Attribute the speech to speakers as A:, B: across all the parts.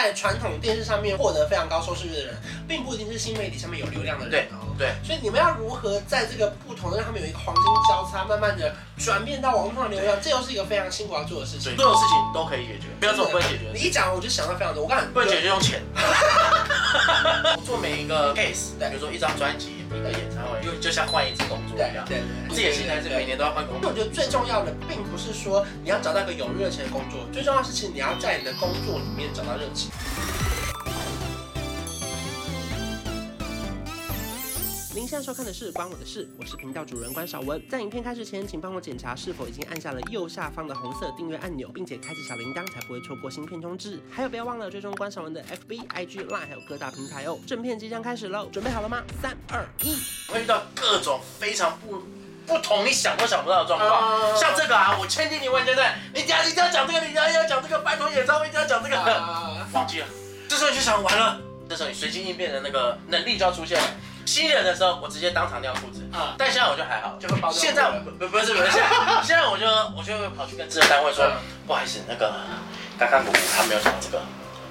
A: 在传统电视上面获得非常高收视率的人，并不一定是新媒体上面有流量的人哦。
B: 对
A: 所以你们要如何在这个不同的让他们有一个黄金交叉，慢慢的转变到网络上的流量，这又是一个非常辛苦要做的事
B: 所
A: 情
B: 以。所有事情都可以解决，没有什么不能解决的
A: 你
B: 事。
A: 一讲我就想到非常多，我刚才
B: 不能解决用钱。 我做每一个 case，
A: 对
B: 比如说一张专辑、一个演唱会，就就像换一只工作
A: 对
B: 一样。
A: 对对，
B: 自己的心态是
A: 对。
B: 每年都要换工
A: 因为
B: 作
A: 我。觉得最重要的并不是说你要找到一个有热情的工作，最重要的是其实你要在你的工作里面找到热情。您现在收看的是《关我的事》，我是频道主人关少文。在影片开始前，请帮我检查是否已经按下了右下方的红色订阅按钮，并且开启小铃铛，才不会错过新片通知。还有，不要忘了追踪关少文的 FB、IG、Line，还有各大平台哦。正片即将开始喽，准备好了吗？三、二、一。
B: 会遇到各种非常不不同你想都想不到的状况。
A: 啊
B: 像这个啊，我千金你万金在，你等一下一定要讲这个，你等一下一定要讲这个，拜托演唱会一定要讲这
A: 啊
B: 个，忘记了。这时候你就想完了，这时候你随机应变的那个能力就要出现了。新人的时候，我直接当场尿裤子。
A: 啊
B: 但现在我就还好，
A: 就会包装
B: 现在我不不是不是，现在现在我就我就会跑去跟制作单位说
A: 嗯，
B: 不好意思，那个刚刚我他没有讲这个，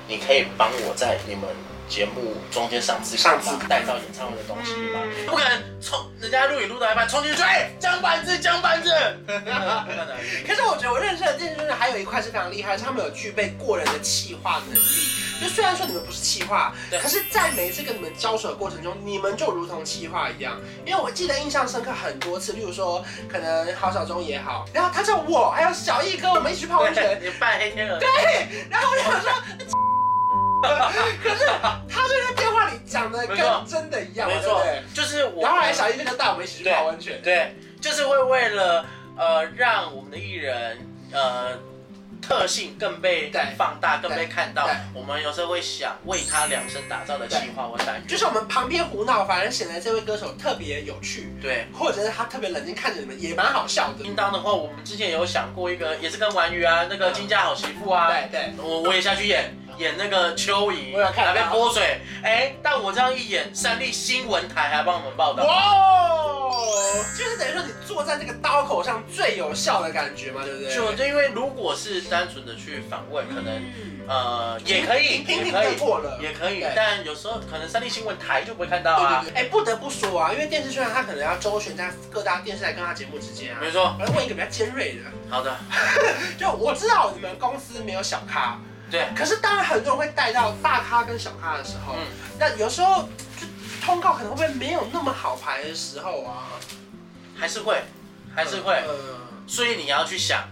B: 你可以帮我在你们节目中间上字卡
A: 上字
B: 吗
A: 卡
B: 带到演唱会的东西吗？
A: 嗯
B: 不可能冲人家录影录到一半冲进去，哎，讲 板子 讲板子，不可能
A: 可是我觉得我认识的健身人还有一块是非常厉害，是他们有具备过人的企划能力。就虽然说你们不是企划
B: 对，
A: 可是，在每一次跟你们交手的过程中，你们就如同企划一样。因为我记得印象深刻很多次，例如说可能郝小钟也好，然后他叫我还有小易哥，我们一起去泡温泉，
B: 你扮黑天鹅，
A: 然后我就想说。可是他就在电话里讲的
B: 没错
A: 跟真的一样嘛，
B: 没
A: 对不
B: 错
A: 对？，
B: 就是我。
A: 然后后来小易哥就带我们一起去泡温泉，
B: 对，就是会为了呃让我们的艺人呃特性更被
A: 对
B: 放大、更被看到
A: 对，
B: 我们有时候会想为他量身打造的计划或单元，
A: 就是我们旁边胡闹，反而显得这位歌手特别有趣。
B: 对。
A: 或者是他特别冷静看着你们，也蛮好笑的。
B: 叮当的话，我们之前有想过一个，也是跟玩鱼啊，那个金家好媳妇啊，
A: 对对，
B: 我我也下去演演那个蚯蚓，
A: 我有看到
B: 还被泼水，哎，但我这样一演，三立新闻台还帮我们报道，
A: 哇，哦就是等于说你坐在这个刀口上最有效的感觉嘛，对不对？
B: 就就因为如果是单纯的去访问，可能
A: 嗯
B: 呃也 可以，
A: 平
B: 也
A: 平
B: 可以
A: 的，过了。
B: 也可以
A: 对，
B: 但有时候可能三立新闻台就不会看到
A: 对
B: 啊。
A: 对对，哎，不得不说啊，因为电视虽然它可能要周旋在各大电视台跟它节目之间啊，
B: 没错，
A: 我来问一个比较尖锐的，
B: 好的，
A: 就我知道你们公司没有小咖，
B: 对，
A: 可是当然很多人会带到大咖跟小咖的时候
B: 嗯，
A: 那有时候就通告可能会不会没有那么好排的时候啊，
B: 还是会，还是会，
A: 嗯。
B: 所以你要去想，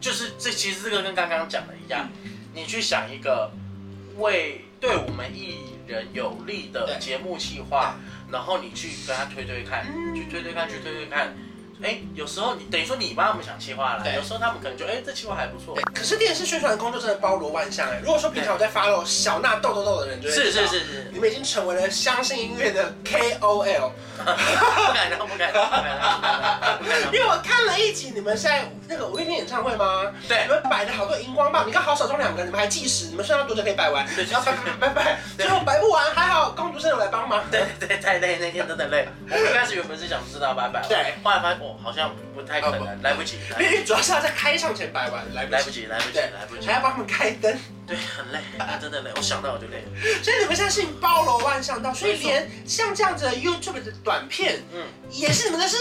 B: 就是这其实这个跟刚刚讲的一样，你去想一个为对我们艺人有利的
A: 对
B: 节目企划，然后你去跟他推推看，
A: 嗯
B: 去推推看，去推推看。哎，有时候你等于说你帮他们想企划了，
A: 对
B: 有时候他们可能就哎这企划还不错
A: 对，，可是电视宣传的工作真的包罗万象哎。如果说平常我在 follow 小娜豆豆豆的人，就会
B: 是
A: 知
B: 是
A: 道
B: 是，是，
A: 你们已经成为了相信音乐的 KOL。
B: 不敢当不敢当不敢当不敢当，不敢
A: 因
B: 当
A: 为我看了一集你们现在那个五月天演唱会吗？
B: 对
A: 你。们摆了好多荧光棒，你看好少中两个，你们还计时，你们剩下多久可以摆完？
B: 对对
A: 然后摆
B: 对
A: 摆摆摆，
B: 对
A: 最后摆不完，还好公主生有来帮忙。
B: 对对，太累，那天真的累。我们一开始原本是想知道拜拜，
A: 对，哦
B: 后来发现哦，好像不太可能，来不及，来
A: 因为主要是要在开唱前摆完，来不
B: 来不
A: 及，
B: 及，来不及，
A: 对
B: 来不及
A: 还，要帮他们开灯，
B: 对，很累，真的累。我想到我就累。
A: 所以你们现在事情包罗万象到，所以
B: 没错
A: 连像这样子的 YouTube 的短片
B: 嗯，
A: 也是你们的事。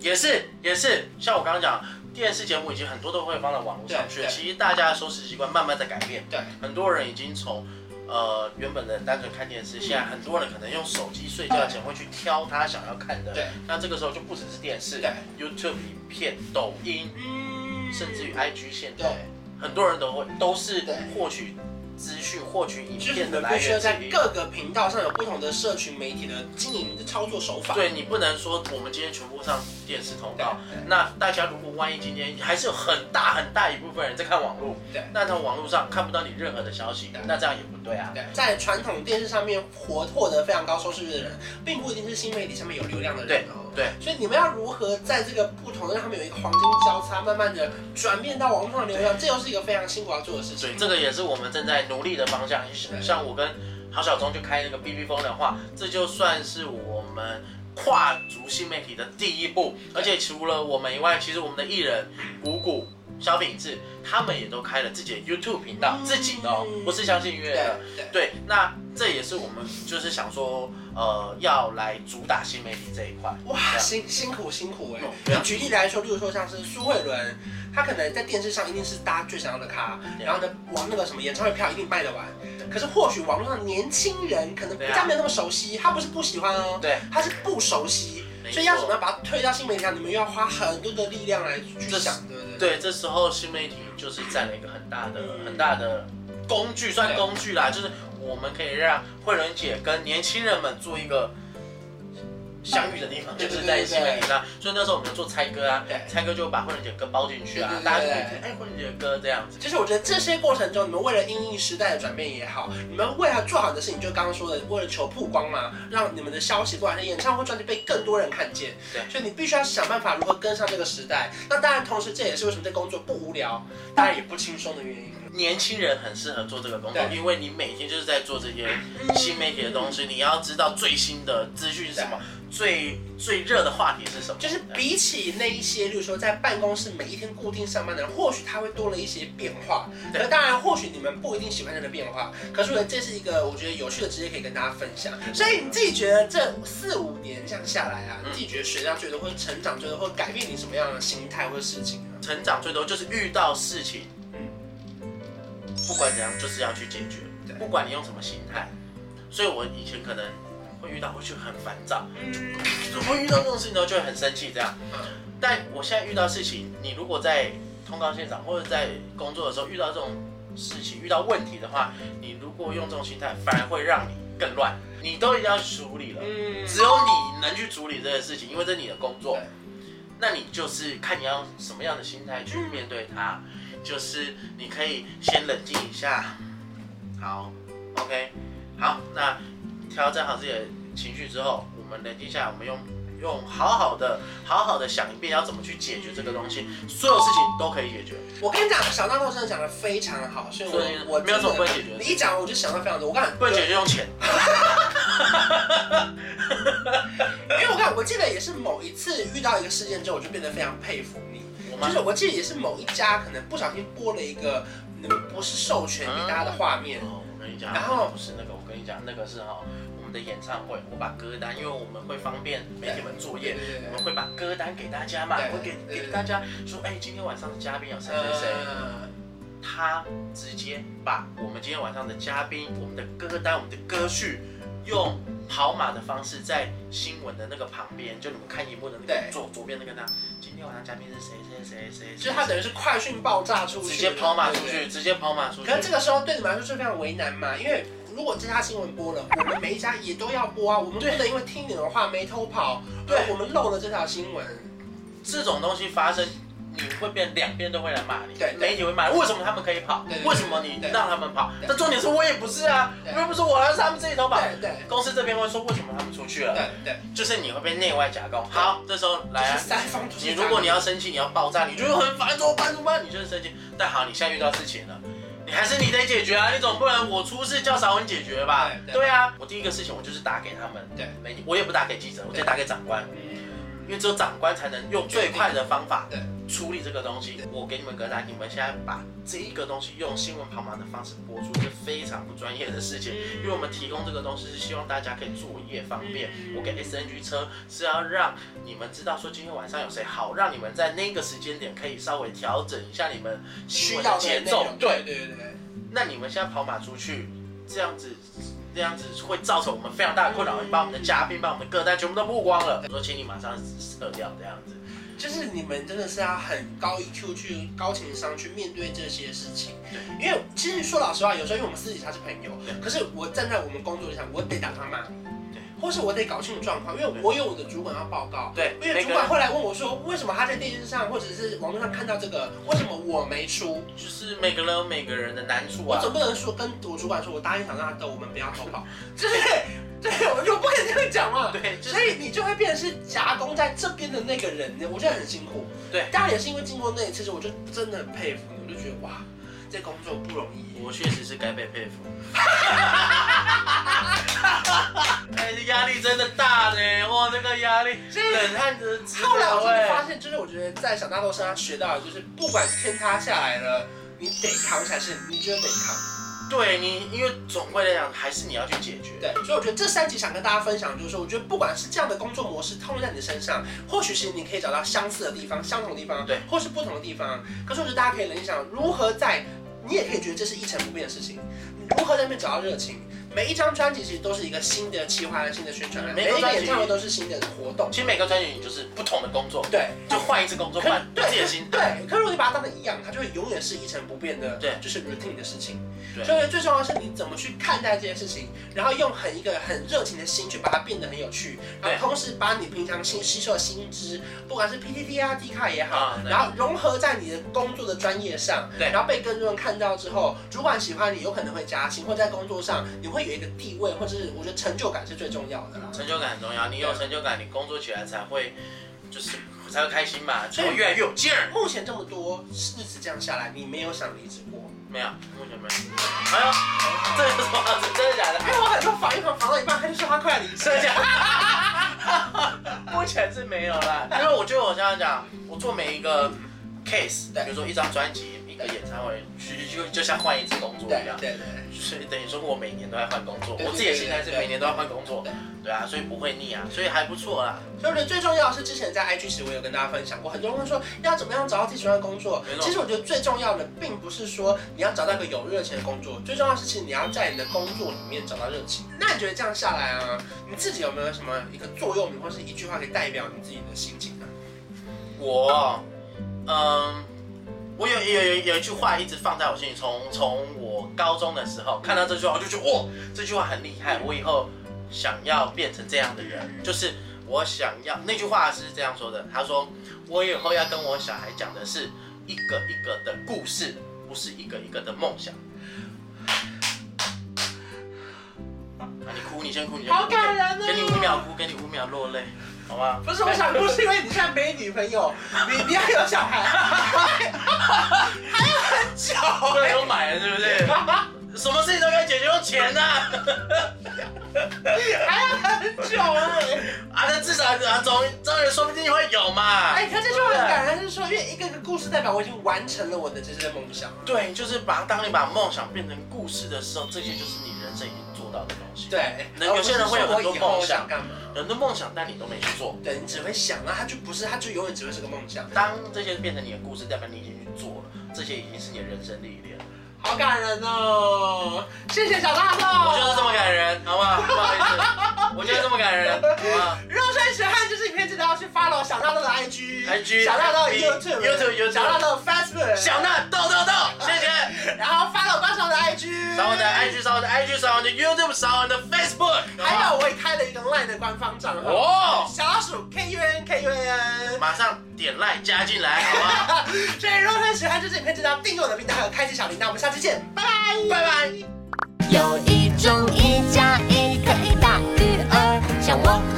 B: 也是也是，像我刚刚讲，电视节目已经很多都会放到网络上去
A: 对，对
B: 其实大家的收视习惯慢慢在改变，
A: 对，
B: 很多人已经从。呃，原本的单纯看电
A: 嗯
B: 视，现在很多人可能用手机睡觉前会去挑他想要看的。
A: 对，
B: 那这个时候就不只是电视
A: 对
B: ，YouTube 影片、抖音，
A: 嗯
B: 甚至于 IG 线动
A: 对，
B: 很多人都会都是
A: 对
B: 获取资讯、获取影
A: 就是
B: 片
A: 你
B: 的
A: 们
B: 来
A: 必须要
B: 源之
A: 在
B: 一。
A: 各个频道上有不同的社群媒体的经营的操作手法。
B: 对你不能说我们今天全部上电视通
A: 对，
B: 告，那大家如果万一今天还是有很大很大一部分人在看网络，
A: 对
B: 那在网络上看不到你任何的消息
A: 对，
B: 那这样也不对啊。
A: 对，在传统电视上面活获得非常高收视率的人，并不一定是新媒体上面有流量的人哦。
B: 对
A: 所以你们要如何在这个不同的让他们有一个黄金交叉，慢慢的转变到网络上的流量，这又是一个非常辛苦要做的事
B: 所以
A: 情。
B: 这个也是我们正在努力的方向
A: 对。
B: 像我跟郝小钟就开那个 B B 风的话，这就算是我们跨足新媒体的第一步。而且除了我们以外，其实我们的艺人五谷、小品一次，他们也都开了自己的 YouTube 频道，自己的哦，不是相信音乐的。
A: 嗯对
B: 对，那这也是我们就是想说，呃，要来主打新媒体这一块。
A: 哇，
B: 这样
A: 辛辛苦辛苦哎、
B: 哦对啊
A: 举例来说，例如说像是苏慧伦，她可能在电视上一定是大家最想要的咖，
B: 对
A: 然后呢，往那个什么演唱会票一定卖得完。可是或许网络上年轻人可能比
B: 对啊
A: 较没有那么熟悉，他不是不喜欢哦，
B: 对，
A: 他是不熟悉，
B: 没错
A: 所以要怎么样把它推到新媒体上，你们又要花很多的力量来去
B: 这是
A: 想，对不对？
B: 对，这时候新媒体就是占了一个很大的、
A: 嗯
B: 很大的工具，算工具啦，就是我们可以让慧伦姐跟年轻人们做一个相遇的地方，
A: 对
B: 就
A: 对对
B: 是在新媒体上。所以那时候我们做猜歌啊
A: 对，
B: 猜歌就把慧伦姐歌包进去啊
A: 对对，对
B: 大家就可以
A: 对
B: 听哎慧伦姐的歌这样子。
A: 就是我觉得这些过程中，你们为了因应时代的转变也好，你们为了做好的事情，就刚刚说的，为了求曝光嘛，让你们的消息，不管是演唱会、专辑被更多人看见，
B: 对
A: 所以你必须要想办法如何跟上这个时代。那当然，同时这也是为什么这工作不无聊，当然也不轻松的原因。
B: 年轻人很适合做这个工作，
A: 对
B: 因为你每天就是在做这些新媒体的东西，你要知道最新的资讯是什么，最最热的话题是什么，
A: 就是比起那一些，例如说在办公室每一天固定上班的人，或许他会多了一些变化。
B: 对
A: 那当然，或许你们不一定喜欢这个变化，可是我觉得这是一个我觉得有趣的职业可以跟大家分享。所以你自己觉得这四五年这样下来啊，
B: 嗯
A: 你自己觉得学到最多，或者成长最多，或者改变你什么样的心态或者事情啊？
B: 成长最多就是遇到事情，不管怎样就是要去解决
A: 对，
B: 不管你用什么心态。所以我以前可能会遇到，会去很烦躁，就会遇到这种事情，然后就会很生气这样。
A: 嗯，
B: 但我现在遇到事情，你如果在通告现场或者在工作的时候遇到这种事情、遇到问题的话，你如果用这种心态，反而会让你更乱。你都已经要处理了，
A: 嗯
B: 只有你能去处理这个事情，因为这是你的工作
A: 对。
B: 那你就是看你要用什么样的心态去面对它，就是你可以先冷静一下，好，OK，好，那调整好自己的情绪之后，我们冷静下来，我们用用好好的、好好的想一遍要怎么去解决这个东西，所有事情都可以解决。
A: 我跟你讲，小大豆真的讲的非常好，所以
B: 所以
A: 我我
B: 没有什么不能解决
A: 真
B: 的
A: 的你一讲我就想到非常多。我刚才
B: 不能解决用钱，
A: 因为我看，我记得也是某一次遇到一个事件之后，我就变得非常佩服你。
B: 我
A: 就
B: 妈
A: 是我记得也是某一家可能不小心播了一个你们不是授权给大家的画面，
B: 哦，我跟你讲，
A: 然后
B: 不是那个，我跟你讲，那个是哈、我们的演唱会，我把歌单，因为我们会方便媒体们作业
A: 对对对，对
B: 我们会把歌单给大家嘛，
A: 对
B: 会给
A: 对对
B: 给大家说，哎，今天晚上的嘉宾有谁谁谁，
A: 呃
B: 他直接把我们今天晚上的嘉宾、我们的歌单、我们的歌序，用跑马的方式在新闻的那个旁边，就你们看荧幕的那个
A: 对
B: 左左边那个那，今天晚上嘉宾是谁谁谁谁谁，
A: 就是它等于是快讯爆炸出去，
B: 直接跑马出
A: 对
B: 去，
A: 对
B: 直接跑马出去
A: 可。是这个时候对你们来说是非常为难嘛，因为如果这家新闻播了，我们每一家也都要播啊，我们不能因为听你们的话没偷跑，
B: 对
A: 我们漏了这条新闻。
B: 这种东西发生，你会变两边都会来骂你，
A: 对对
B: 媒体会骂你，为什么他们可以跑
A: 对对？对
B: 为什么你
A: 对
B: 让他们跑？
A: 对
B: 但重点是我也不是啊，
A: 对
B: 我又不是我，而是他们自己投保。
A: 对对
B: 公司这边会说为什么他们出去了，
A: 对对，
B: 就是你会被内外夹攻。好，这时候来
A: 就是
B: 啊，
A: 三方都是
B: 你如果你要生气，你要爆炸，你就会很烦，怎么办？怎么办？你就是生气。但好，你现在遇到事情了。你还是你得解决啊，你总不能我出事叫少文解决吧？
A: 对对
B: 对啊，我第一个事情我就是打给他们，
A: 对
B: 媒体，我也不打给记者，我直接打给长官，因
A: 嗯，
B: 为只有长官才能用最快的方法
A: 对
B: 处理这个东西
A: 对。
B: 我给你们歌单，你们现在把这一个东西用新闻跑马的方式播出是非常不专业的事
A: 嗯
B: 情，因为我们提供这个东西是希望大家可以作业方便。我给 SNG 车是要让你们知道说今天晚上有谁好，让你们在那个时间点可以稍微调整一下你们
A: 需
B: 新闻
A: 要的
B: 节
A: 内
B: 奏
A: 容。
B: 对，
A: 对对对。
B: 那你们现在跑马出去，这样子，这样子会造成我们非常大的困扰，把我们的嘉宾、把我们的歌单全部都曝光了。我说，请你马上撤掉这样子。
A: 就是你们真的是要很高 EQ 去高情商去面对这些事情。
B: 对，
A: 因为其实说老实话，有时候因为我们私底下是朋友
B: 对，
A: 可是我站在我们工作立场，我得打他骂你，
B: 对，
A: 或是我得搞清楚状况，因为我有我的主管要报告。
B: 对，
A: 因为
B: 每
A: 主
B: 个人
A: 管会来问我说，为什么他在电视上或者是网络上看到这个，为什么我没出？
B: 就是每个人有每个人的难处
A: 我
B: 啊。
A: 总不能说跟我主管说，我答应想让他逗，我们不要偷跑， 对对，我就不可以这样讲嘛。
B: 对，就是
A: 所以你就会变成是夹攻在这边的那个人，我觉得很辛苦。
B: 对
A: 当然也是因为经过那一次，我就真的很佩服你，我就觉得哇，这工作不容易。
B: 我确实是该被佩服。 哎，这压力真的大呢！哇，这个的压力，
A: 所以
B: 冷汗的指
A: 后来
B: 导
A: 我就
B: 哎
A: 发。现，就是我觉得在小大豆身上学到的，就是不管天塌下来了，你得扛才是，你觉得得扛。
B: 对你，因为总归来讲，还是你要去解决。
A: 对，所以我觉得这三集想跟大家分享，就是说，我觉得不管是这样的工作模式套用在你的身上，或许是你可以找到相似的地方、相同的地方，
B: 对，
A: 或是不同的地方。可是我觉得大家可以联想，如何在你也可以觉得这是一成不变的事情，你如何在那边找到热情？每一张专辑其实都是一个新的企划、新的宣传，每一个
B: 嗯每个专辑
A: 演唱会都是新的活动。
B: 其实每个专辑你就是不同的工作，
A: 对，
B: 就换一次工作，
A: 可
B: 换
A: 对
B: 自己的心态。
A: 对，可是如果你把它当成一样，它就会永远是一成不变的，
B: 对
A: 就是 routine 的事情。
B: 对
A: 所以最重要的是你怎么去看待这件事情，然后用很一个很热情的心去把它变得很有趣，然后同时把你平常新吸收的新知，不管是 PTT 啊、D 卡也好
B: 啊，对
A: 然后融合在你的工作的专业上，
B: 对
A: 然后被更多人看到之后，主管喜欢你，有可能会加薪，或者在工作上你会有一个地位，或者是我觉得成就感是最重要的啦。
B: 成就感很重要，你有成就感，你工作起来才会，就是才会开心嘛，才
A: 所以
B: 会越来越有劲儿。
A: 目前这么多日子这样下来，你没有想离职过？
B: 没有，目前没有。哎呦，这有什么好？真的假的？
A: 因哎为我很多访一访，访到一半，他就说他快离职
B: 真的。假的？ 目前是没有啦，因为我觉得我这样讲，我做每一个 case，
A: 对
B: 比如说一张专辑、一个演唱会，就就就像换一次工作
A: 对
B: 一样。
A: 对对，
B: 所以等于说我每年都在换工作，
A: 对对
B: 我自己的心态是每年都要换工作
A: 对，
B: 对啊，所以不会腻啊，所以还不错啊。
A: 所以我觉得最重要的是，之前在 IG 时我有跟大家分享过，很多人会说要怎么样找到自己喜欢的工作
B: 没。错
A: 其实我觉得最重要的，并不是说你要找到一个有热情的工作，最重要的是其实你要在你的工作里面找到热情。那你觉得这样下来啊，你自己有没有什么一个座右铭或是一句话可以代表你自己的心 情呢、
B: 我，嗯，我有有有有一句话一直放在我心里，从从我高中的时候看到这句话，我就觉得哇，这句话很厉害，我以后想要变成这样的人，就是我想要那句话是这样说的，他说我以后要跟我小孩讲的是一个一个的故事，不是一个一个的梦想。啊，你哭，你先哭，你先哭，
A: 好感人哦
B: 给你五秒哭，给你五秒落泪，好吗？
A: 不是我想哭，是因为你现在没女朋友，你你要有小孩，还有很久。
B: 对，都哦买了，是不 是？什么事情都可以解决用钱呐、啊！
A: 还要很久哎、
B: 那至少 啊，总终于说不定会有嘛。
A: 哎，他这句话很感人，就是说，因为一个个故事代表我已经完成了我的这些梦想。
B: 对，就是把当你把梦想变成故事的时候，这些就是你人生已经做到的东西。，
A: 对，
B: 那有些人会有很
A: 而不是说
B: 多
A: 我以后
B: 梦想
A: 干嘛？
B: 人的梦想，但你都没去做。
A: 对你只会想啊，他就不是，他就永远只会是个梦想。
B: 当这些变成你的故事，代表你已经去做了，这些已经是你的人生历练了。
A: 好感人哦！谢谢小大
B: 我
A: 豆。
B: 就是这么感人，好不好？不好意思，我就是这么感人，好不好？
A: 肉身血汗就是影片，记得要去 follow 小大豆的 IG，,
B: IG
A: 小大豆的
B: FB
A: YouTube、
B: YouTube YouTube
A: 小大豆的 Facebook，
B: 小娜，豆豆豆，谢谢。
A: 然后 follow 观赏的 IG，
B: 扫我的 IG，扫我的 IG，扫我的 YouTube，扫我的 Facebook，
A: 还有我也开了一个 LINE 的官方账号，
B: 哦
A: 小老鼠 K U N K U A N。
B: 马上点赖加进来，好不好？
A: 所以如果喜欢这支影片，记得要订阅我的频道，还有开启小铃铛。我们下期见，拜拜，
B: 拜拜。
C: 有一种一加一可以大于二，像我和